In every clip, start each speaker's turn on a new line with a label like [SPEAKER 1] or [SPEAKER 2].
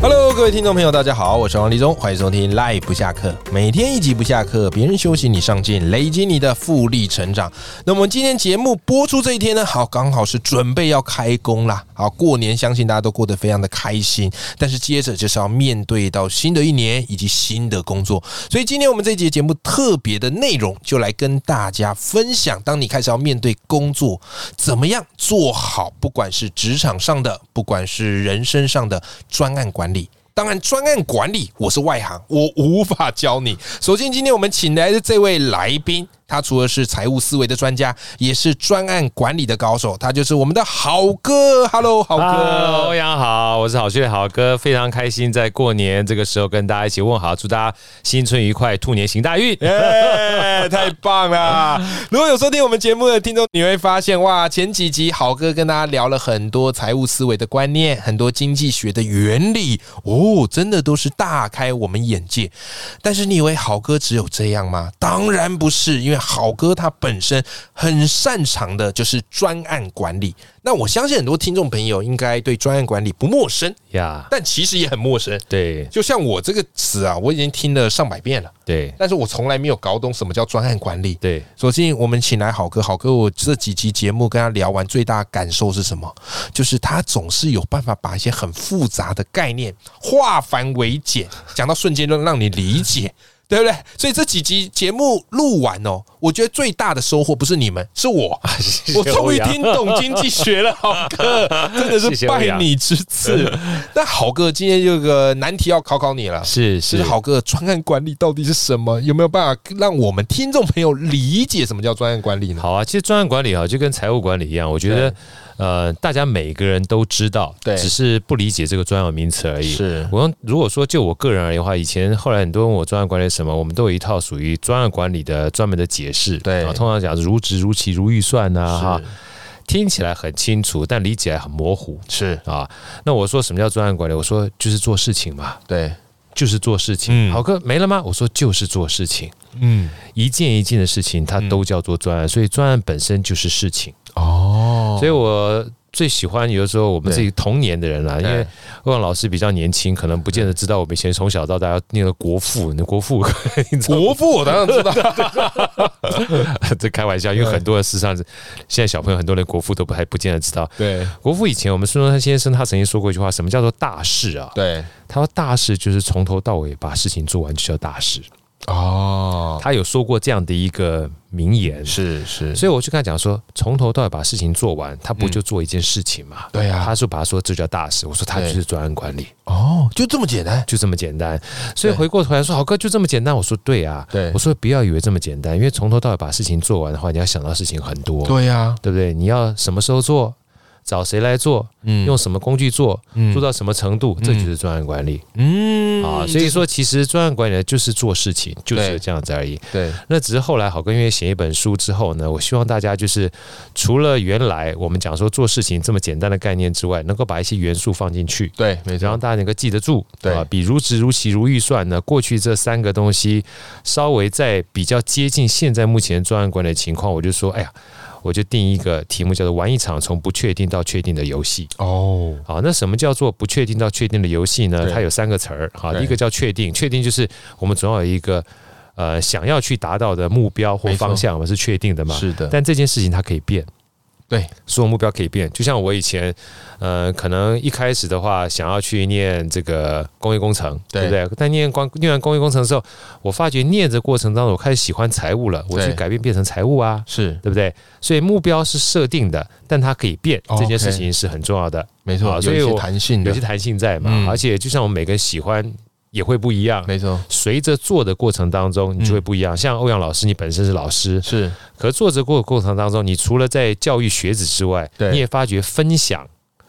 [SPEAKER 1] Hello，各位听众朋友，大家好，我是王立忠，欢迎收听《Live 不下课》，每天一集不下课，别人休息你上进，累积你的复利成长。那我们今天节目播出这一天呢，好，刚好是准备要开工啦。好，过年相信大家都过得非常的开心，但是接着就是要面对到新的一年以及新的工作，所以今天我们这一节节目特别的内容，就来跟大家分享，当你开始要面对工作，怎么样做好，不管是职场上的，不管是人身上的专案管理。当然，专案管理我是外行，我无法教你。首先，今天我们请来的这位来宾，他除了是财务思维的专家，也是专案管理的高手，他就是我们的好哥。Hello，好
[SPEAKER 2] 好，欧
[SPEAKER 1] 哥。
[SPEAKER 2] 阳好，我是好趣的好哥，非常开心在过年这个时候跟大家一起问好，祝大家新春愉快，兔年行大
[SPEAKER 1] 哎
[SPEAKER 2] 运。
[SPEAKER 1] 耶，太棒了！如果有收听我们节目的听众，你会发现哇，前几集好哥跟大家聊了很多财务思维的观念，很多经济学的原理哦，真的都是大开我们眼界。但是你以为好哥只有这样吗？当然不是，因为好哥他本身很擅长的就是专案管理。那我相信很多听众朋友应该对专案管理不陌生，
[SPEAKER 2] 呀，
[SPEAKER 1] 但其实也很陌生。
[SPEAKER 2] 对
[SPEAKER 1] 就像我这个词啊，我已经听了上百遍了。
[SPEAKER 2] 对
[SPEAKER 1] 但是我从来没有搞懂什么叫专案管理。
[SPEAKER 2] 对，
[SPEAKER 1] 所以我们请来好哥，好哥，我这几集节目跟他聊完，最大的感受是什么？就是他总是有办法把一些很复杂的概念化繁为简，讲到瞬间就让你理解。对不对？所以这几集节目录完哦，我觉得最大的收获不是你们，是 我，
[SPEAKER 2] 啊
[SPEAKER 1] 我终于听懂经济学了，好 哥，真的
[SPEAKER 2] 谢
[SPEAKER 1] 是
[SPEAKER 2] 谢欧
[SPEAKER 1] 拜
[SPEAKER 2] 阳
[SPEAKER 1] 你之赐。那好哥，今天有个难题要考考你了，就
[SPEAKER 2] 是
[SPEAKER 1] 是是好哥，专案管理到底是什么？有没有办法让我们听众朋友理解什么叫专案管理呢？
[SPEAKER 2] 好啊，其实专案管理啊，就跟财务管理一样，我觉得呃，大家每个人都知道，
[SPEAKER 1] 对
[SPEAKER 2] 只是不理解这个专有名词而已。
[SPEAKER 1] 是
[SPEAKER 2] 我用如果说就我个人而言的话，以前后来很多人问我专案管理是什么，我们都有一套属于专案管理的专门的解释。
[SPEAKER 1] 对
[SPEAKER 2] 啊通常讲如职如期如预算呐、
[SPEAKER 1] 是
[SPEAKER 2] 啊哈，听起来很清楚，但理解很模糊
[SPEAKER 1] 是，
[SPEAKER 2] 啊。那我说什么叫专案管理？我说就是做事情嘛，
[SPEAKER 1] 对，
[SPEAKER 2] 就是做事情。
[SPEAKER 1] 嗯
[SPEAKER 2] 好哥没了吗？我说就是做事情，
[SPEAKER 1] 嗯，
[SPEAKER 2] 一件一件的事情，它都叫做专案，所以专案本身就是事情。
[SPEAKER 1] 哦，
[SPEAKER 2] 所以我最喜欢有的时候我们自己童年的人啦，
[SPEAKER 1] 哎
[SPEAKER 2] 因为欧阳老师比较年轻，可能不见得知道我们以前从小到大要念的国父，那国父 你知道
[SPEAKER 1] 国父我当然 知道，
[SPEAKER 2] 这开玩笑，因为很多人事实上是现在小朋友很多人国父都不还不见得知道。
[SPEAKER 1] 对
[SPEAKER 2] 国父以前我们孙中山先生他曾经说过一句话，什么叫做大事啊？
[SPEAKER 1] 对，
[SPEAKER 2] 他说大事就是从头到尾把事情做完就叫大事。
[SPEAKER 1] 哦，
[SPEAKER 2] 他有说过这样的一个名言，
[SPEAKER 1] 是是，
[SPEAKER 2] 所以我就跟他讲说，从头到尾把事情做完，他不就做一件事情嘛？
[SPEAKER 1] 对啊
[SPEAKER 2] 他就把他说这叫大事，我说他就是专案管理，
[SPEAKER 1] 哦，就这么简单，
[SPEAKER 2] 就这么简单。所以
[SPEAKER 1] 对
[SPEAKER 2] 回过头来说，好哥就这么简单，我说对啊，
[SPEAKER 1] 对
[SPEAKER 2] 我说不要以为这么简单，因为从头到尾把事情做完的话，你要想到事情很多，
[SPEAKER 1] 对啊呀，
[SPEAKER 2] 对不对？你要什么时候做，找谁来做，
[SPEAKER 1] 嗯
[SPEAKER 2] 用什么工具做，
[SPEAKER 1] 嗯
[SPEAKER 2] 做到什么程度，这就是专案管理
[SPEAKER 1] 嗯
[SPEAKER 2] 啊。所以说，其实专案管理呢就是做事情，就是
[SPEAKER 1] 对
[SPEAKER 2] 这样子而已。
[SPEAKER 1] 对
[SPEAKER 2] 那只是后来好跟因为写一本书之后呢，我希望大家就是除了原来我们讲说做事情这么简单的概念之外，能够把一些元素放进去，
[SPEAKER 1] 对，没
[SPEAKER 2] 然
[SPEAKER 1] 错，
[SPEAKER 2] 后大家能够记得住。
[SPEAKER 1] 对
[SPEAKER 2] 啊，比如职如期如预算呢，过去这三个东西稍微在比较接近现在目前专案管理的情况，我就说，哎呀。我就定一个题目，叫做“玩一场从不确定到确定的游戏”。
[SPEAKER 1] 哦，
[SPEAKER 2] 好，那什么叫做不确定到确定的游戏呢？
[SPEAKER 1] 对
[SPEAKER 2] 它有三个词儿。好，
[SPEAKER 1] 对
[SPEAKER 2] 第一个叫确定，确定就是我们总要有一个呃想要去达到的目标或
[SPEAKER 1] 没错
[SPEAKER 2] 方向，我们是确定的嘛。
[SPEAKER 1] 是的，
[SPEAKER 2] 但这件事情它可以变，
[SPEAKER 1] 对，
[SPEAKER 2] 所有目标可以变。就像我以前，呃，可能一开始的话想要去念这个工业工程，
[SPEAKER 1] 对
[SPEAKER 2] 对不对？但念光念完工业工程之后，我发觉念的过程当中，我开始喜欢财务了，我去
[SPEAKER 1] 对
[SPEAKER 2] 改变变成财务啊，
[SPEAKER 1] 是
[SPEAKER 2] 对不对？所以目标是设定的，但它可以变，这件事
[SPEAKER 1] OK
[SPEAKER 2] 情是很重要的。
[SPEAKER 1] 没错，
[SPEAKER 2] 啊所
[SPEAKER 1] 有
[SPEAKER 2] 以
[SPEAKER 1] 一些
[SPEAKER 2] 我
[SPEAKER 1] 弹性
[SPEAKER 2] 有
[SPEAKER 1] 的
[SPEAKER 2] 些，弹性在嘛，
[SPEAKER 1] 嗯
[SPEAKER 2] 而且就像我们每个人喜欢也会不一样。
[SPEAKER 1] 没错，
[SPEAKER 2] 随着做的过程当中，你就会
[SPEAKER 1] 嗯
[SPEAKER 2] 不一样。像欧阳老师，你本身是老师，
[SPEAKER 1] 是
[SPEAKER 2] 可做着过过程当中，你除了在教育学子之外，
[SPEAKER 1] 对
[SPEAKER 2] 你也发觉分享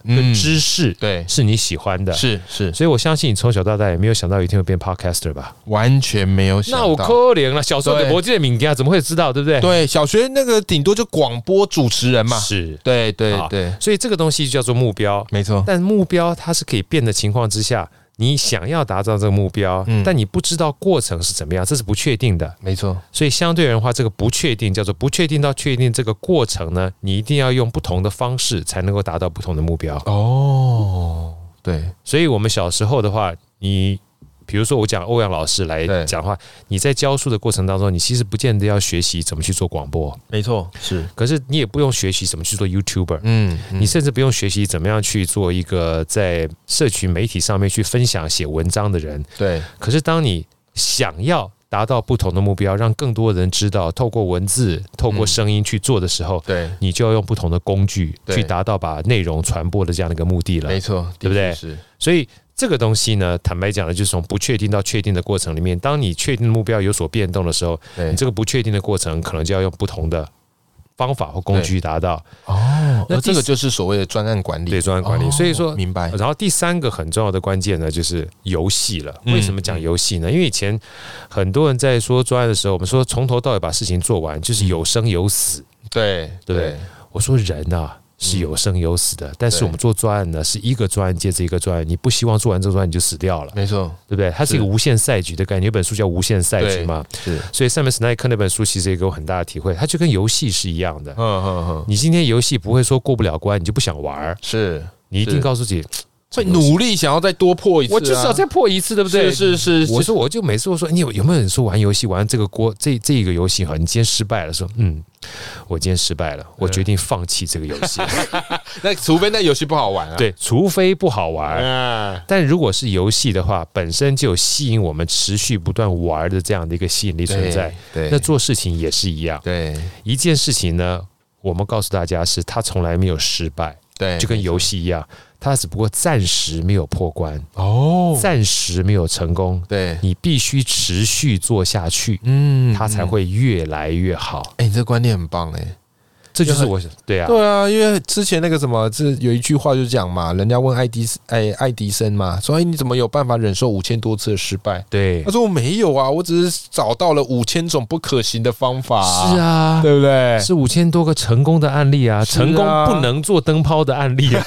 [SPEAKER 2] 跟知识，
[SPEAKER 1] 对
[SPEAKER 2] 嗯是你喜欢的。
[SPEAKER 1] 是是，
[SPEAKER 2] 所以我相信你从小到大也没有想到有一天会变 podcaster 吧？
[SPEAKER 1] 完全没有想
[SPEAKER 2] 那
[SPEAKER 1] 到。
[SPEAKER 2] 我可怜了，小时候的
[SPEAKER 1] 对
[SPEAKER 2] 魔界敏感怎么会知道，对不对？
[SPEAKER 1] 对小学那个顶多就广播主持人嘛，
[SPEAKER 2] 是，
[SPEAKER 1] 对对
[SPEAKER 2] 好
[SPEAKER 1] 对，
[SPEAKER 2] 所以这个东西就叫做目标。
[SPEAKER 1] 没错，
[SPEAKER 2] 但目标它是可以变的情况之下，你想要达到这个目标，
[SPEAKER 1] 嗯
[SPEAKER 2] 但你不知道过程是怎么样，这是不确定的。
[SPEAKER 1] 没错，
[SPEAKER 2] 所以相对而言的话，这个不确定叫做不确定到确定这个过程呢，你一定要用不同的方式才能够达到不同的目标。
[SPEAKER 1] 哦，对，
[SPEAKER 2] 所以我们小时候的话，你比如说我讲欧阳老师来
[SPEAKER 1] 对
[SPEAKER 2] 讲的话，你在教书的过程当中，你其实不见得要学习怎么去做广播，
[SPEAKER 1] 没错，是，
[SPEAKER 2] 可是你也不用学习怎么去做 YouTuber。
[SPEAKER 1] 嗯，
[SPEAKER 2] 你甚至不用学习怎么样去做一个在社群媒体上面去分享写文章的人，
[SPEAKER 1] 对，
[SPEAKER 2] 可是当你想要达到不同的目标，让更多的人知道，透过文字、透过声音去做的时候，
[SPEAKER 1] 对，
[SPEAKER 2] 你就要用不同的工具
[SPEAKER 1] 嗯对
[SPEAKER 2] 去达到把内容传播的这样的一个目的了
[SPEAKER 1] 没。错，
[SPEAKER 2] 对不
[SPEAKER 1] 的确
[SPEAKER 2] 对
[SPEAKER 1] 是，
[SPEAKER 2] 所以这个东西呢，坦白讲呢，就是从不确定到确定的过程里面，当你确定的目标有所变动的时候，
[SPEAKER 1] 对
[SPEAKER 2] 你，这个不确定的过程可能就要用不同的。方法或工具去达到
[SPEAKER 1] 哦，而
[SPEAKER 2] 那第
[SPEAKER 1] 这个
[SPEAKER 2] 四
[SPEAKER 1] 就是所谓的专案管理，
[SPEAKER 2] 对专案管理，
[SPEAKER 1] 哦
[SPEAKER 2] 所以说
[SPEAKER 1] 明白，
[SPEAKER 2] 然后第三个很重要的关键呢，就是游戏了。
[SPEAKER 1] 嗯
[SPEAKER 2] 为什么讲游戏呢？因为以前很多人在说专案的时候，我们说从头到尾把事情做完，
[SPEAKER 1] 嗯
[SPEAKER 2] 就是有生有死。
[SPEAKER 1] 对
[SPEAKER 2] 对不对我说人啊。是有生有死的，但是
[SPEAKER 1] 嗯对
[SPEAKER 2] 我们做专案呢，是一个专案接着一个专案，你不希望做完这个专案你就死掉了，
[SPEAKER 1] 没错，
[SPEAKER 2] 对不对？它是一个
[SPEAKER 1] 是
[SPEAKER 2] 无限赛局的概念，有本书叫《无限赛局》
[SPEAKER 1] 对
[SPEAKER 2] 嘛，
[SPEAKER 1] 是，
[SPEAKER 2] 所以塞门斯奈克那本书其实也给我很大的体会，它就跟游戏是一样的
[SPEAKER 1] 嗯。嗯嗯，
[SPEAKER 2] 你今天游戏不会说过不了关，你就不想玩儿，
[SPEAKER 1] 是
[SPEAKER 2] 你一定
[SPEAKER 1] 是
[SPEAKER 2] 告诉自己，
[SPEAKER 1] 会努力想要再多破一次啊，
[SPEAKER 2] 我至少再破一次，对不对？
[SPEAKER 1] 是是是，
[SPEAKER 2] 我
[SPEAKER 1] 是
[SPEAKER 2] 说，我就每次我说，哎你有有没有人说玩游戏玩这个锅这这一个游戏哈，你今天失败了，说嗯，我今天失败
[SPEAKER 1] 嗯
[SPEAKER 2] 了，我决定放弃这个游 戏。
[SPEAKER 1] 那除非那游戏不好玩啊，，
[SPEAKER 2] 对，除非不好玩。
[SPEAKER 1] 嗯，
[SPEAKER 2] 但如果是游戏的话，本身就有吸引我们持续不断玩的这样的一个吸引力存在。
[SPEAKER 1] 对，
[SPEAKER 2] 那
[SPEAKER 1] 对
[SPEAKER 2] 做事情也是一样，
[SPEAKER 1] 对
[SPEAKER 2] 一件事情呢，我们告诉大家是它从来没有失败，
[SPEAKER 1] 对，
[SPEAKER 2] 就跟游戏一样，它只不过暂时没有破关，
[SPEAKER 1] 哦，
[SPEAKER 2] 暂时没有成功，
[SPEAKER 1] 对，
[SPEAKER 2] 你必须持续做下去。
[SPEAKER 1] 嗯
[SPEAKER 2] 它才。
[SPEAKER 1] 嗯
[SPEAKER 2] 会越来越好。
[SPEAKER 1] 哎、你这观念很棒哎、
[SPEAKER 2] 这就是我对啊，
[SPEAKER 1] 对啊，因为之前那个什么，这有一句话就讲嘛，人家问爱迪哎爱迪生嘛，说哎你怎么有办法忍受五千多次的失败？
[SPEAKER 2] 对
[SPEAKER 1] 他，说我没有啊，我只是找到了五千种不可行的方法、
[SPEAKER 2] 是，啊。
[SPEAKER 1] 对不对？
[SPEAKER 2] 是五千多个成功的案例啊，
[SPEAKER 1] 是啊
[SPEAKER 2] 成功不能做灯泡的 案例啊，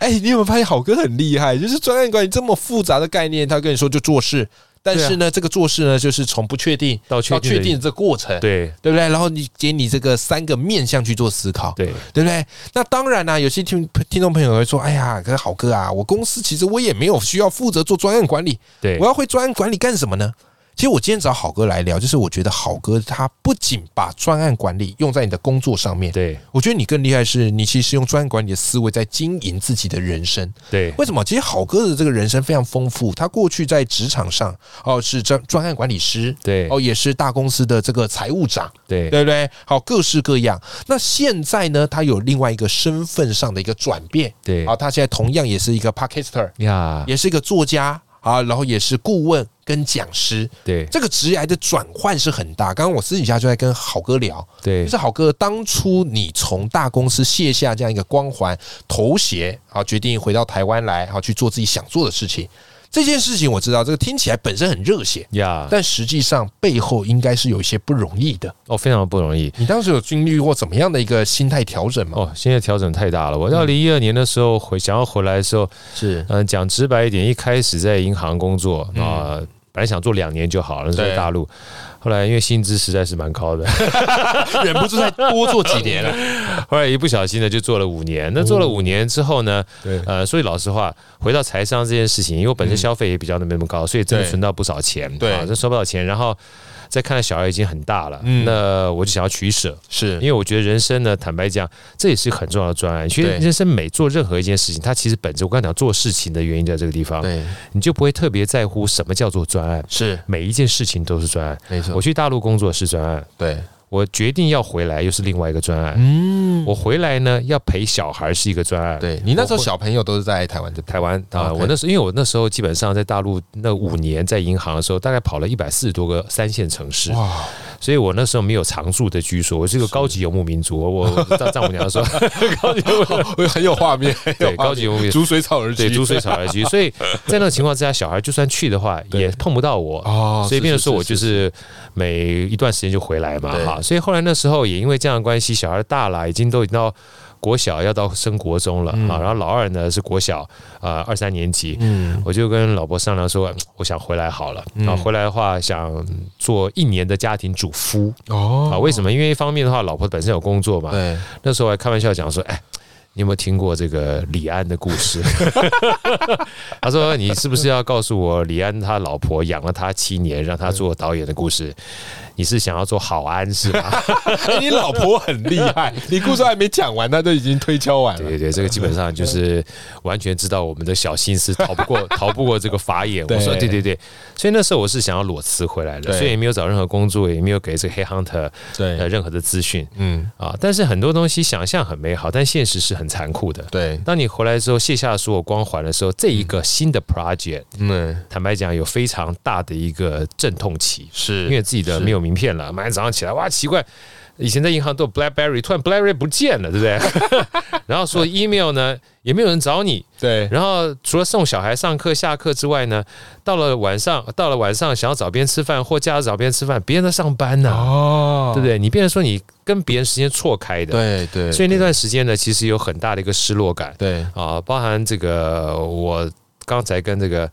[SPEAKER 1] 哎、你有没有发现好哥很厉害？就是专案管理这么复杂的概念，他跟你说就做事，但是呢，这个做事呢，就是从不确定
[SPEAKER 2] 到啊确
[SPEAKER 1] 到
[SPEAKER 2] 定的
[SPEAKER 1] 确定的这个过程，
[SPEAKER 2] 对
[SPEAKER 1] 对不对？然后你给你这个三个面向去做思考，
[SPEAKER 2] 对
[SPEAKER 1] 对不对？那当然啦、有些听听众朋友会说：“哎呀，可是好哥啊，我公司其实我也没有需要负责做专案管理，
[SPEAKER 2] 对
[SPEAKER 1] 我，要会专案管理干什么呢？”其实我今天找好哥来聊，就是我觉得好哥他不仅把专案管理用在你的工作上面，
[SPEAKER 2] 对
[SPEAKER 1] 我觉得你更厉害是，你其实用专案管理的思维在经营自己的人生。
[SPEAKER 2] 对
[SPEAKER 1] 为什么？其实好哥的这个人生非常丰富，他过去在职场上哦是专专案管理师，
[SPEAKER 2] 对
[SPEAKER 1] 哦也是大公司的这个财务长，
[SPEAKER 2] 对
[SPEAKER 1] 对不对？好，各式各样。那现在呢，他有另外一个身份上的一个转变，
[SPEAKER 2] 对
[SPEAKER 1] 好，他现在同样也是一个 podcaster，
[SPEAKER 2] 呀，
[SPEAKER 1] 也是一个作家啊，然后也是顾问跟讲师，
[SPEAKER 2] 对
[SPEAKER 1] 这个职涯的转换是很大。刚刚我私底下就在跟好哥聊，
[SPEAKER 2] 对
[SPEAKER 1] 就是啊好哥，当初你从大公司卸下这样一个光环头衔，啊，决定回到台湾来，好去做自己想做的事情。这件事情我知道，这个听起来本身很热血，
[SPEAKER 2] 呀，
[SPEAKER 1] 但实际上背后应该是有一些不容易的。
[SPEAKER 2] 哦，非常不容易
[SPEAKER 1] 你当时有经历过怎么样的一个心态调整吗？
[SPEAKER 2] 哦，现在调整太大了。我二零一二年的时候回想要回来的时候，
[SPEAKER 1] 是
[SPEAKER 2] 嗯，讲直白一点，一开始在银行工作啊、本来想做两年就好了，那时候在
[SPEAKER 1] 嗯对
[SPEAKER 2] 大陆，后来因为薪资实在是蛮高的，
[SPEAKER 1] 忍不住再多做几年 了。
[SPEAKER 2] 后来一不小心呢，就做了五年。那做了五年之后呢，
[SPEAKER 1] 哦对
[SPEAKER 2] 呃，所以老实话，回到财商这件事情，因为我本
[SPEAKER 1] 嗯
[SPEAKER 2] 身消费也比较没那么高，所以真的
[SPEAKER 1] 对
[SPEAKER 2] 存到不少钱，
[SPEAKER 1] 嗯对
[SPEAKER 2] 啊，真收不到钱。然后再看到小孩已经很大了，
[SPEAKER 1] 嗯
[SPEAKER 2] 那我就想要取舍，因
[SPEAKER 1] 是
[SPEAKER 2] 为我觉得人生呢，坦白讲，这也是很重要的专案。其实
[SPEAKER 1] 对
[SPEAKER 2] 人生每做任何一件事情，它其实本质，我刚才讲做事情的原因在这个地方，
[SPEAKER 1] 对，
[SPEAKER 2] 你就不会特别在乎什么叫做专案，
[SPEAKER 1] 是
[SPEAKER 2] 每一件事情都是专案。
[SPEAKER 1] 没错
[SPEAKER 2] 我，去大陆工作是专案，
[SPEAKER 1] 对
[SPEAKER 2] 我决定要回来又是另外一个专案。
[SPEAKER 1] 嗯，
[SPEAKER 2] 我回来呢要陪小孩是一个专案。
[SPEAKER 1] 对你那时候小朋友都是在台湾这边
[SPEAKER 2] 台湾啊，
[SPEAKER 1] OK
[SPEAKER 2] 我那时候因为我那时候基本上在大陆那五年在银行的时候，大概跑了一百四十多个三线城市，
[SPEAKER 1] 哇，
[SPEAKER 2] 所以我那时候没有常住的居所，我是一个高级游牧民族。我我丈丈母娘说高级游牧
[SPEAKER 1] 我 很有画面，很有
[SPEAKER 2] 对
[SPEAKER 1] 画面
[SPEAKER 2] 高级游牧民族
[SPEAKER 1] 逐水草而居，
[SPEAKER 2] 对逐水草而居，所以在那种情况之下，小孩就算去的话也碰不到我。
[SPEAKER 1] 哦，
[SPEAKER 2] 所以变成说我就是是每一段时间就回来嘛
[SPEAKER 1] 对
[SPEAKER 2] 哈，所以后来那时候也因为这样的关系，小孩大了，已经都已经到国小要到升国中了啊，然后老二呢是国小啊二三年级，
[SPEAKER 1] 嗯
[SPEAKER 2] 我就跟老婆商量说，嗯我想回来好了啊，回来的话想做一年的家庭主夫啊，
[SPEAKER 1] 哦，
[SPEAKER 2] 为什么？因为一方面的话，老婆本身有工作嘛，
[SPEAKER 1] 对，
[SPEAKER 2] 那时候还开玩笑讲说，哎。你有没有听过这个李安的故事？ 他说：“你是不是要告诉我，李安他老婆养了他七年，让他做导演的故事？你是想要做好安是吧
[SPEAKER 1] 哎你老婆很厉害，你故事还没讲完，她就已经推敲？”完
[SPEAKER 2] 对
[SPEAKER 1] 了。
[SPEAKER 2] 对对，这个基本上就是完全知道我们的小心思逃不 过逃不过这个法眼。我说
[SPEAKER 1] 对
[SPEAKER 2] 对对对，所以那时候我是想要裸辞回来的，
[SPEAKER 1] 对
[SPEAKER 2] 所以也没有找任何工作，也没有给这个黑 hunter 呃
[SPEAKER 1] 对，
[SPEAKER 2] 任何的资讯
[SPEAKER 1] 嗯，
[SPEAKER 2] 啊。但是很多东西想象很美好，但现实是很残酷的。
[SPEAKER 1] 对，
[SPEAKER 2] 当你回来之后卸下所有光环的时候，这一个新的 project，、
[SPEAKER 1] 嗯，
[SPEAKER 2] 坦白讲有非常大的一个阵痛期，
[SPEAKER 1] 是
[SPEAKER 2] 因为自己的没有名片了，马上早上起来哇奇怪，以前在银行都有 BlackBerry，突然 BlackBerry 不见了，对不对？ 然后所有 email 呢也没有人找你，
[SPEAKER 1] 对，
[SPEAKER 2] 然后除了送小孩上课下课之外呢，到了晚上到了晚上想要找别人吃饭或假日找别人吃饭，别人在上班呢、
[SPEAKER 1] 哦
[SPEAKER 2] 对不？对？你变成说你跟别人时间错开的，
[SPEAKER 1] 对对，
[SPEAKER 2] 所以那段时间呢，其实有很大的一个失落感。
[SPEAKER 1] 对
[SPEAKER 2] 啊，包含这个我刚才跟这个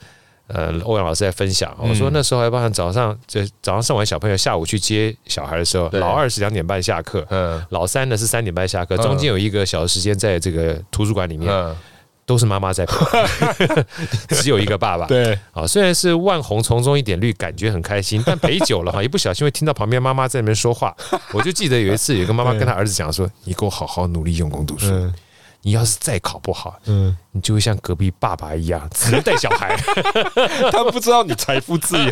[SPEAKER 2] 呃欧阳老师在分享，
[SPEAKER 1] 嗯
[SPEAKER 2] 我说那时候还包含早上就早上送完小朋友，下午去接小孩的时候，
[SPEAKER 1] 对
[SPEAKER 2] 老二是两点半下课。
[SPEAKER 1] 嗯
[SPEAKER 2] 老三呢是三点半下课，
[SPEAKER 1] 嗯
[SPEAKER 2] 中间有一个小时时间在这个图书馆里面，
[SPEAKER 1] 嗯，
[SPEAKER 2] 都是妈妈在 陪，只有一个爸爸。
[SPEAKER 1] 对
[SPEAKER 2] 啊，虽然是万红丛中一点绿，感觉很开心，但陪 久了哈，一不小心会听到旁边妈妈在那边说话。我就记得有一次，有一个妈妈跟她儿子讲说：“你给我好好努力用功读书，
[SPEAKER 1] 嗯
[SPEAKER 2] 你要是再考不好，
[SPEAKER 1] 嗯，
[SPEAKER 2] 你就会像隔壁爸爸一样， 只能带小孩
[SPEAKER 1] 他不知道你财富自由，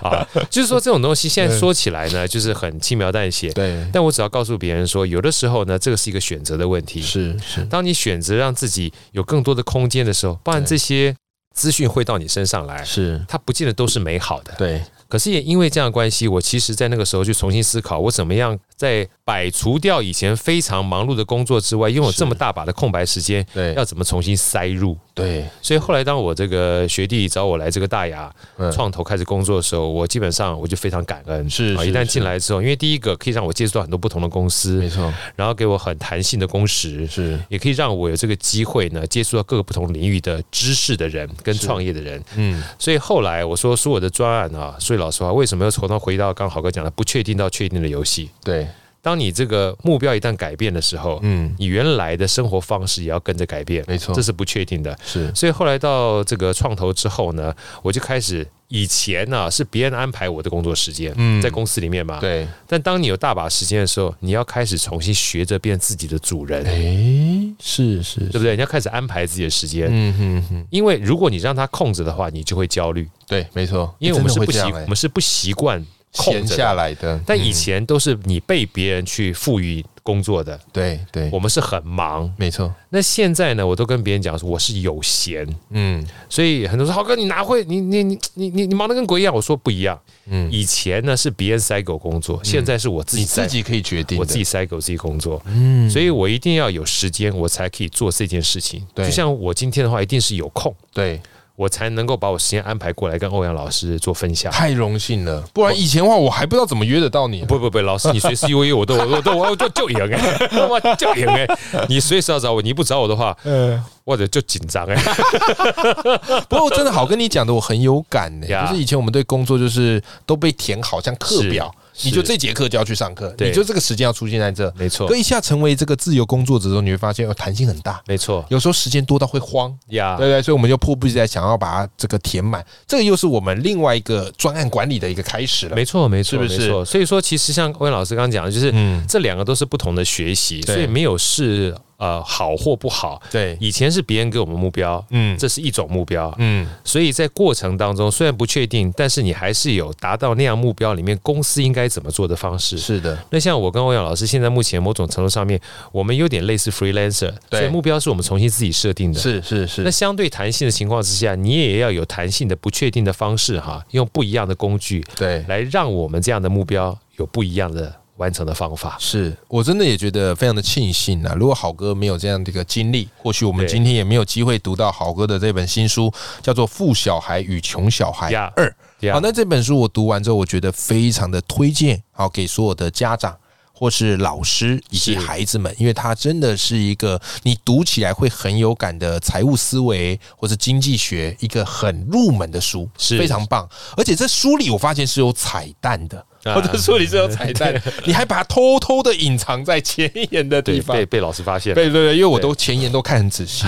[SPEAKER 2] 啊。就是说这种东西，现在说起来呢，就是很轻描淡 写。
[SPEAKER 1] 对，
[SPEAKER 2] 但我只要告诉别人说，有的时候呢，这个是一个选择的问题。
[SPEAKER 1] 是是，
[SPEAKER 2] 当你选择让自己有更多的空间的时候，包含
[SPEAKER 1] 对
[SPEAKER 2] 这些资讯会到你身上来，
[SPEAKER 1] 是，
[SPEAKER 2] 它不见得都是美好的。
[SPEAKER 1] 对，
[SPEAKER 2] 可是也因为这样的关系，我其实在那个时候去重新思考，我怎么样在摆除掉以前非常忙碌的工作之外，拥有
[SPEAKER 1] 是
[SPEAKER 2] 这么大把的空白时间，
[SPEAKER 1] 对
[SPEAKER 2] 要怎么重新塞入？
[SPEAKER 1] 对，
[SPEAKER 2] 所以后来，当我这个学弟找我来这个大雅
[SPEAKER 1] 嗯
[SPEAKER 2] 创投开始工作的时候，我基本上我就非常感恩。
[SPEAKER 1] 是
[SPEAKER 2] 啊
[SPEAKER 1] 是
[SPEAKER 2] 一旦
[SPEAKER 1] 是
[SPEAKER 2] 进来之后，因为第一个可以让我接触到很多不同的公司
[SPEAKER 1] 没，错，
[SPEAKER 2] 然后给我很弹性的工时，
[SPEAKER 1] 是，
[SPEAKER 2] 也可以让我有这个机会呢，接触到各个不同领域的知识的人跟
[SPEAKER 1] 是
[SPEAKER 2] 创业的人。
[SPEAKER 1] 嗯，
[SPEAKER 2] 所以后来我说，所有的专案啊，所以老实话，为什么又从头回到刚好哥讲的不确定到确定的游戏？
[SPEAKER 1] 对，
[SPEAKER 2] 当你这个目标一旦改变的时候，
[SPEAKER 1] 嗯，
[SPEAKER 2] 你原来的生活方式也要跟着改变，
[SPEAKER 1] 没错
[SPEAKER 2] 这，是不确定的。
[SPEAKER 1] 是，
[SPEAKER 2] 所以后来到这个创投之后呢，我就开始以前呢、是别人安排我的工作时间，
[SPEAKER 1] 嗯
[SPEAKER 2] 在公司里面嘛。。
[SPEAKER 1] 对，
[SPEAKER 2] 但当你有大把时间的时候，你要开始重新学着变自己的主人，
[SPEAKER 1] 哎，是是，
[SPEAKER 2] 对不对？你要开始安排自己的时间，
[SPEAKER 1] 嗯哼哼，
[SPEAKER 2] 因为如果你让它控制的话，你就会焦虑，
[SPEAKER 1] 对，没错，
[SPEAKER 2] 因为我们是不习，
[SPEAKER 1] 真的会这
[SPEAKER 2] 我
[SPEAKER 1] 样哎
[SPEAKER 2] 们是不习惯控
[SPEAKER 1] 闲
[SPEAKER 2] 制
[SPEAKER 1] 下
[SPEAKER 2] 的。
[SPEAKER 1] 来的，
[SPEAKER 2] 但以
[SPEAKER 1] 嗯
[SPEAKER 2] 前都是你被别人去赋予工作的，
[SPEAKER 1] 对对
[SPEAKER 2] 我，们是很忙。
[SPEAKER 1] 没错，
[SPEAKER 2] 那现在呢，我都跟别人讲说我是有闲，
[SPEAKER 1] 嗯
[SPEAKER 2] 所以很多人说：“浩哥，你哪会？你你你你你你忙得跟鬼一样。”我说不一样。
[SPEAKER 1] 嗯，
[SPEAKER 2] 以前呢是别人塞给我工作，现在是我自己
[SPEAKER 1] 你
[SPEAKER 2] 塞
[SPEAKER 1] 自，己可以决定的，
[SPEAKER 2] 我自己塞给我自己工作。
[SPEAKER 1] 嗯，
[SPEAKER 2] 所以我一定要有时间，我才可以做这件事情。
[SPEAKER 1] 对
[SPEAKER 2] 就像我今天的话，一定是有空，
[SPEAKER 1] 对，
[SPEAKER 2] 我才能够把我时间安排过来跟欧阳老师做分享。
[SPEAKER 1] 太荣幸了，不然以前的啊话我还不知道怎么约得到你。
[SPEAKER 2] 不不不，老师，你随时约约我都我都我我就就赢哎， 我就赢哎，你随时要找我，你不找我的话，
[SPEAKER 1] 嗯，
[SPEAKER 2] 我者就紧张哎。
[SPEAKER 1] 不过真的好跟你讲的，我很有感 呢、
[SPEAKER 2] 呀
[SPEAKER 1] 就是以前我们对工作就是都被填好像课表，
[SPEAKER 2] 是
[SPEAKER 1] 你就这节课就要去上课，
[SPEAKER 2] 对
[SPEAKER 1] 你就这个时间要出现在这。
[SPEAKER 2] 没 错
[SPEAKER 1] 可，一下成为这个自由工作者之后，你会发现哦，弹性很大，
[SPEAKER 2] 没错
[SPEAKER 1] 有时候时间多到会慌。
[SPEAKER 2] 呀
[SPEAKER 1] 对，不对，所以我们就迫不及待想要把它这个填满，这个又是我们另外一个专案管理的一个开始了。
[SPEAKER 2] 没错没
[SPEAKER 1] 是
[SPEAKER 2] 错
[SPEAKER 1] 不
[SPEAKER 2] 没
[SPEAKER 1] 是
[SPEAKER 2] 错。所以说，其实像温老师刚刚讲的，就是
[SPEAKER 1] 嗯
[SPEAKER 2] 这两个都是不对不同的学习，
[SPEAKER 1] 对
[SPEAKER 2] 所以没有事呃好或不好。
[SPEAKER 1] 对，
[SPEAKER 2] 以前是别人给我们目标，
[SPEAKER 1] 嗯
[SPEAKER 2] 这是一种目标，
[SPEAKER 1] 嗯，
[SPEAKER 2] 所以在过程当中虽然不确定，但是你还是有达到那样目标里面公司应该怎么做的方式。
[SPEAKER 1] 是的，
[SPEAKER 2] 那像我跟欧阳老师，现在目前某种程度上面，我们有点类似 freelancer，
[SPEAKER 1] 对
[SPEAKER 2] 所以目标是我们重新自己设定的。
[SPEAKER 1] 是是
[SPEAKER 2] 那
[SPEAKER 1] 是，
[SPEAKER 2] 相对弹性的情况之下，你也要有弹性的、不确定的方式哈，用不一样的工具
[SPEAKER 1] 对。
[SPEAKER 2] 来让我们这样的目标有不一样的完成的方法。
[SPEAKER 1] 是我真的也觉得非常的庆幸啊！如果好哥没有这样的一个经历，或许我们
[SPEAKER 2] 对
[SPEAKER 1] 今天也没有机会读到好哥的这本新书，叫做《富小孩与穷小孩
[SPEAKER 2] 呀
[SPEAKER 1] 哎二》。
[SPEAKER 2] 对
[SPEAKER 1] 好，那这本书我读完之后，我觉得非常的推荐，好给所有的家长或是老师以及
[SPEAKER 2] 是
[SPEAKER 1] 孩子们，因为它真的是一个你读起来会很有感的财务思维或是经济学一个很入门的书，
[SPEAKER 2] 是
[SPEAKER 1] 非常棒。而且这书里我发现是有彩蛋的。
[SPEAKER 2] 啊
[SPEAKER 1] 我 这书里是有彩蛋， 你还把它偷偷的隐藏在前言的地
[SPEAKER 2] 对，
[SPEAKER 1] 方
[SPEAKER 2] 被。被老师发现了。
[SPEAKER 1] 对对对，因为我
[SPEAKER 2] 对
[SPEAKER 1] 都前言都看很仔 细，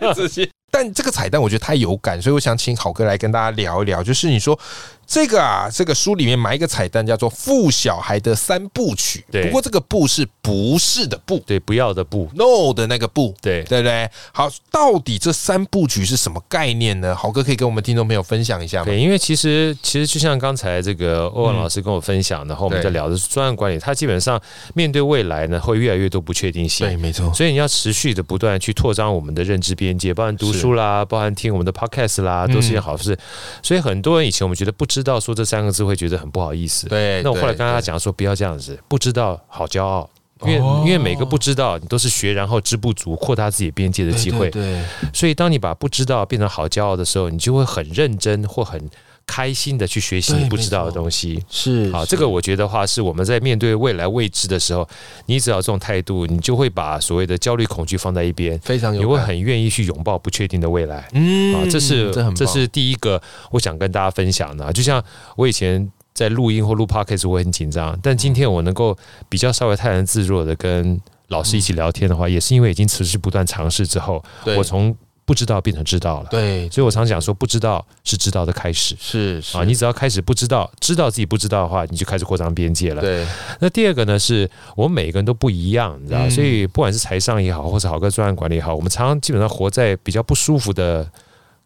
[SPEAKER 1] 很仔细。 但这个彩蛋我觉得太有感，所以我想请好哥来跟大家聊一聊，就是你说这个啊，这个书里面埋一个彩蛋叫做“富小孩的三部曲”，
[SPEAKER 2] 对
[SPEAKER 1] 不过这个“不”是不是的“不
[SPEAKER 2] 对，不要的不。
[SPEAKER 1] ”，no 的那个“不”，
[SPEAKER 2] 对
[SPEAKER 1] 对不对？好，到底这三部曲是什么概念呢？好哥可以跟我们听众朋友分享一下吗？
[SPEAKER 2] 对，因为其实其实就像刚才这个欧阳老师跟我分享，然后我们
[SPEAKER 1] 嗯对
[SPEAKER 2] 在聊的是专案管理，它基本上面对未来呢，会越来越多不确定性。
[SPEAKER 1] 对，没错，
[SPEAKER 2] 所以你要持续的不断地去拓张我们的认知边界，包含读
[SPEAKER 1] 是嗯
[SPEAKER 2] 书啦，包含听我们的 podcast 啦，都是一件好事。所以很多人以前我们觉得不知道说这三个字会觉得很不好意思。
[SPEAKER 1] 对。
[SPEAKER 2] 那我后来
[SPEAKER 1] 哎对
[SPEAKER 2] 跟他
[SPEAKER 1] 对
[SPEAKER 2] 讲说，不要这样子，不知道好骄傲，因为、
[SPEAKER 1] 哦
[SPEAKER 2] 因为每个不知道你都是学，然后知不足，扩大自己边界的机会。
[SPEAKER 1] 对对
[SPEAKER 2] 所以当你把不知道变成好骄傲的时候，你就会很认真或很开心的去学习
[SPEAKER 1] 对
[SPEAKER 2] 你不知道
[SPEAKER 1] 没
[SPEAKER 2] 的
[SPEAKER 1] 错
[SPEAKER 2] 东西。
[SPEAKER 1] 是
[SPEAKER 2] 好，
[SPEAKER 1] 是
[SPEAKER 2] 这个我觉得话是我们在面对未来未知的时候，你只要有这种态度，你就会把所谓的焦虑、恐惧放在一边，
[SPEAKER 1] 非常
[SPEAKER 2] 你
[SPEAKER 1] 有
[SPEAKER 2] 会
[SPEAKER 1] 感，
[SPEAKER 2] 很愿意去拥抱不确定的未来。
[SPEAKER 1] 嗯
[SPEAKER 2] 啊，这是
[SPEAKER 1] 这很棒
[SPEAKER 2] 是第一个我想跟大家分享的啊。就像我以前在录音或录 podcast，我会很紧张，但今天我能够比较稍微泰然自若的跟老师一起聊天的话，也是因为已经持续不断尝试之后，
[SPEAKER 1] 嗯对
[SPEAKER 2] 我从不知道变成知道了。
[SPEAKER 1] 对
[SPEAKER 2] 所以我常讲说，不知道是知道的开始。
[SPEAKER 1] 是是
[SPEAKER 2] 啊，你只要开始不知道，知道自己不知道的话，你就开始扩张边界了。
[SPEAKER 1] 对
[SPEAKER 2] 那第二个呢，是我们每个人都不一样，你知道，
[SPEAKER 1] 嗯
[SPEAKER 2] 所以不管是财商也好，或是好个专案管理也好，我们常常基本上活在比较不舒服的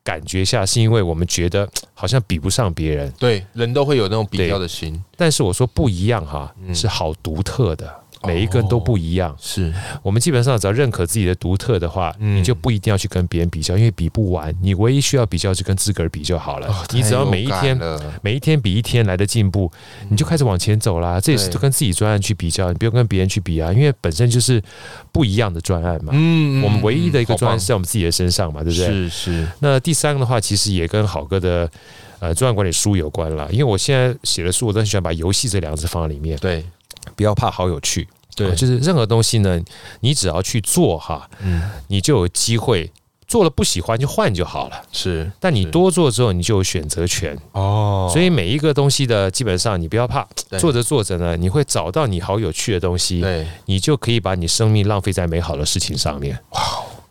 [SPEAKER 2] 感觉下，是因为我们觉得嘖好像比不上别人。
[SPEAKER 1] 对，人都会有那种比较的心，
[SPEAKER 2] 但是我说不一样哈，
[SPEAKER 1] 嗯哦
[SPEAKER 2] 是好独特的。每一个人都不一样，
[SPEAKER 1] 是
[SPEAKER 2] 我们基本上只要认可自己的独特的话，
[SPEAKER 1] 嗯
[SPEAKER 2] 你就不一定要去跟别人比较，因为比不完。你唯一需要比较是跟自个儿比就好了。
[SPEAKER 1] 哦
[SPEAKER 2] 你只要每一天每一天比一天来的进步，你就开始往前走啦。这也
[SPEAKER 1] 嗯
[SPEAKER 2] 是
[SPEAKER 1] 对
[SPEAKER 2] 跟自己专案去比较，你不用跟别人去比啊，因为本身就是不一样的专案嘛。
[SPEAKER 1] 嗯
[SPEAKER 2] 我们唯一的一个专案是
[SPEAKER 1] 项，
[SPEAKER 2] 在我们自己的身上嘛，对不对？
[SPEAKER 1] 是是，
[SPEAKER 2] 那第三个的话，其实也跟好哥的呃专案管理书有关啦。因为我现在写的书，我都很喜欢把游戏这两个字放在里面，
[SPEAKER 1] 对
[SPEAKER 2] 不要怕好有趣。
[SPEAKER 1] 对
[SPEAKER 2] 啊就是任何东西呢，你只要去做哈，
[SPEAKER 1] 嗯
[SPEAKER 2] 你就有机会。做了不喜欢就换就好了，
[SPEAKER 1] 是，
[SPEAKER 2] 但你
[SPEAKER 1] 是
[SPEAKER 2] 多做之后，你就有选择权。
[SPEAKER 1] 哦
[SPEAKER 2] 所以每一个东西的基本上你不要怕
[SPEAKER 1] 对，
[SPEAKER 2] 做着做着呢，你会找到你好有趣的东西，
[SPEAKER 1] 对，
[SPEAKER 2] 你就可以把你生命浪费在美好的事情上面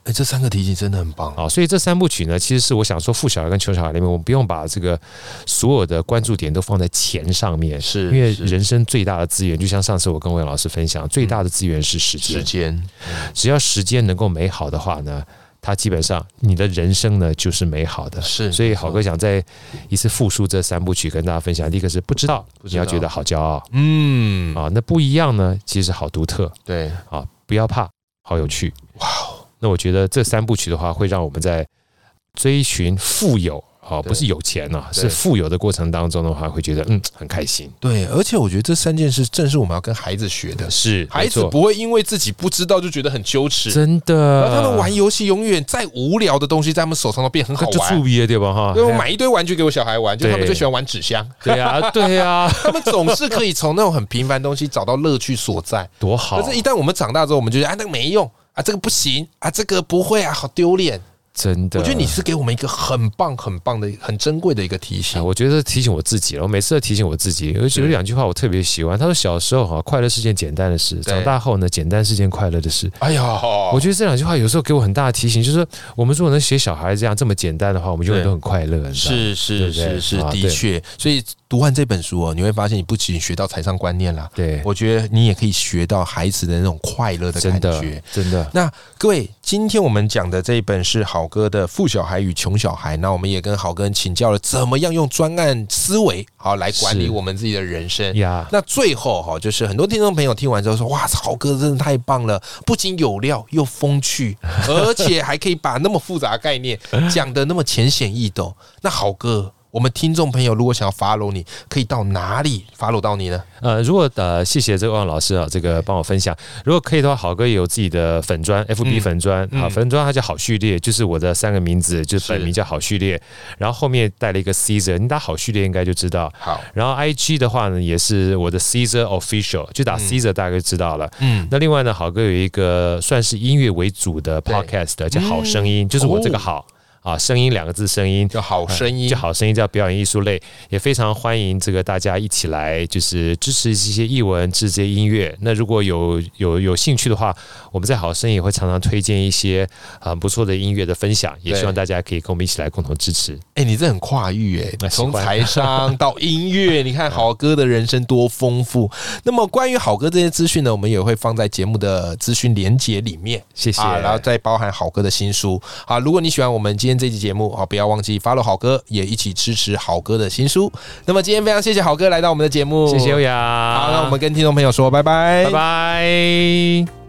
[SPEAKER 1] 哎，这三个题型真的很棒，
[SPEAKER 2] 啊。所以这三部曲呢，其实是我想说，富小孩跟穷小孩里面，我们不用把这个所有的关注点都放在钱上面，
[SPEAKER 1] 是
[SPEAKER 2] 因为
[SPEAKER 1] 是
[SPEAKER 2] 人生最大的资源，就像上次我跟魏老师分享，最大的资源是时
[SPEAKER 1] 时
[SPEAKER 2] 间，
[SPEAKER 1] 间
[SPEAKER 2] 只要时间能够美好的话呢。它基本上，你的人生呢就是美好的，
[SPEAKER 1] 是
[SPEAKER 2] 所以
[SPEAKER 1] 没错
[SPEAKER 2] 好哥想再一次复述这三部曲跟大家分享。第一个是不知道，
[SPEAKER 1] 不
[SPEAKER 2] 你
[SPEAKER 1] 知道
[SPEAKER 2] 要觉得好骄傲，
[SPEAKER 1] 嗯
[SPEAKER 2] 啊，那不一样呢，其实好独特
[SPEAKER 1] 对，
[SPEAKER 2] 啊，不要怕，好有趣。
[SPEAKER 1] 哇哦
[SPEAKER 2] 那我觉得这三部曲的话，会让我们在追寻富有啊，
[SPEAKER 1] 对
[SPEAKER 2] 不是有钱啊，
[SPEAKER 1] 对
[SPEAKER 2] 是富有的过程当中的话，会觉得嗯很开心。
[SPEAKER 1] 对，而且我觉得这三件事正是我们要跟孩子学的，
[SPEAKER 2] 是
[SPEAKER 1] 孩子不会因为自己不知道就觉得很羞耻，
[SPEAKER 2] 真的，
[SPEAKER 1] 然后他们玩游戏永远再无聊的东西在他们手上都变很好
[SPEAKER 2] 就
[SPEAKER 1] 玩
[SPEAKER 2] 注。意了对吧？哈
[SPEAKER 1] 因为，我买一堆玩具给我小孩玩，就他们
[SPEAKER 2] 对
[SPEAKER 1] 最喜欢玩纸箱，
[SPEAKER 2] 对
[SPEAKER 1] 啊
[SPEAKER 2] 呀，对啊呀，
[SPEAKER 1] 他们总是可以从那种很平凡的东西找到乐趣所在。
[SPEAKER 2] 多好
[SPEAKER 1] 可！是，一旦我们长大之后，我们就觉得啊，那个没用啊，这个不行啊，这个不会啊，好丢脸
[SPEAKER 2] 真的，
[SPEAKER 1] 我觉得你是给我们一个很棒、很棒的、很珍贵的一个提
[SPEAKER 2] 啊，
[SPEAKER 1] 醒。
[SPEAKER 2] 我觉得提醒我自己了。我每次都提醒我自己，有有两句话我特别喜欢。他说：“小时候哈，快乐是件简单的事；
[SPEAKER 1] 对
[SPEAKER 2] 长大后呢，简单是件快乐的事。”
[SPEAKER 1] 哎呀，
[SPEAKER 2] 我觉得这两句话有时候给我很大的提醒，就是我们如果能写小孩这样这么简单的话，我们永远
[SPEAKER 1] 对
[SPEAKER 2] 都很快乐。你知道吗
[SPEAKER 1] 是
[SPEAKER 2] 对
[SPEAKER 1] 是
[SPEAKER 2] 不对
[SPEAKER 1] 是是，
[SPEAKER 2] 啊
[SPEAKER 1] 的
[SPEAKER 2] 对
[SPEAKER 1] 确。所以读完这本书哦，你会发现你不仅学到财商观念啦，
[SPEAKER 2] 对，
[SPEAKER 1] 我觉得你也可以学到孩子的那种快乐的
[SPEAKER 2] 真
[SPEAKER 1] 感
[SPEAKER 2] 的
[SPEAKER 1] 觉。
[SPEAKER 2] 真的
[SPEAKER 1] 那各位，今天我们讲的这一本是好哥的《富小孩与穷小孩》，那我们也跟好哥请教了怎么样用专案思维好来管理
[SPEAKER 2] 是
[SPEAKER 1] 我们自己的人生。
[SPEAKER 2] 呀，
[SPEAKER 1] 那最后哈，就是很多听众朋友听完之后说：“哇，好哥真的太棒了，不仅有料又风趣，而且还可以把那么复杂的概念讲得那么浅显易懂。”那好哥，我们听众朋友如果想要 follow 你，可以到哪里 follow 到你呢？
[SPEAKER 2] 呃，如果呃，谢谢这个万老师啊，这个帮我分享。如果可以的话，好哥也有自己的粉砖
[SPEAKER 1] 嗯
[SPEAKER 2] ，FB 粉砖
[SPEAKER 1] 嗯
[SPEAKER 2] 啊，粉砖它叫好序列，就是我的三个名字，就是本
[SPEAKER 1] 是
[SPEAKER 2] 名叫好序列，然后后面带了一个 Caesar，你打好序列应该就知道。
[SPEAKER 1] 好，
[SPEAKER 2] 然后 IG 的话呢，也是我的 Caesar Official，就打 Caesar 大概就知道了。
[SPEAKER 1] 嗯，
[SPEAKER 2] 那另外呢，好哥有一个算是音乐为主的
[SPEAKER 1] 对嗯哦
[SPEAKER 2] podcast 叫《好声音》，就是我这个好、啊，声音两个字，声音
[SPEAKER 1] 就好声音，
[SPEAKER 2] 就好声音叫表演艺术类，也非常欢迎这个大家一起来，就是支持这些艺文、支持这些音乐。那如果有有有兴趣的话，我们在好声音也会常常推荐一些很不错的音乐的分享，也
[SPEAKER 1] 对
[SPEAKER 2] 希望大家可以跟我们一起来共同支持。
[SPEAKER 1] 哎、你这很跨域哎、
[SPEAKER 2] 那喜
[SPEAKER 1] 从
[SPEAKER 2] 欢
[SPEAKER 1] 财 商到音乐，你看好哥的人生多丰富。那么关于好哥这些资讯呢，我们也会放在节目的资讯连结里面。
[SPEAKER 2] 谢谢，
[SPEAKER 1] 啊，然后再包含好哥的新书啊。如果你喜欢我们今天这期节目啊，不要忘记 follow 好哥，也一起支持好哥的新书。那么今天非常谢谢好哥来到我们的节目，
[SPEAKER 2] 谢谢欧啊
[SPEAKER 1] 好，
[SPEAKER 2] 阳，
[SPEAKER 1] 那我们跟听众朋友说拜拜，
[SPEAKER 2] 拜拜。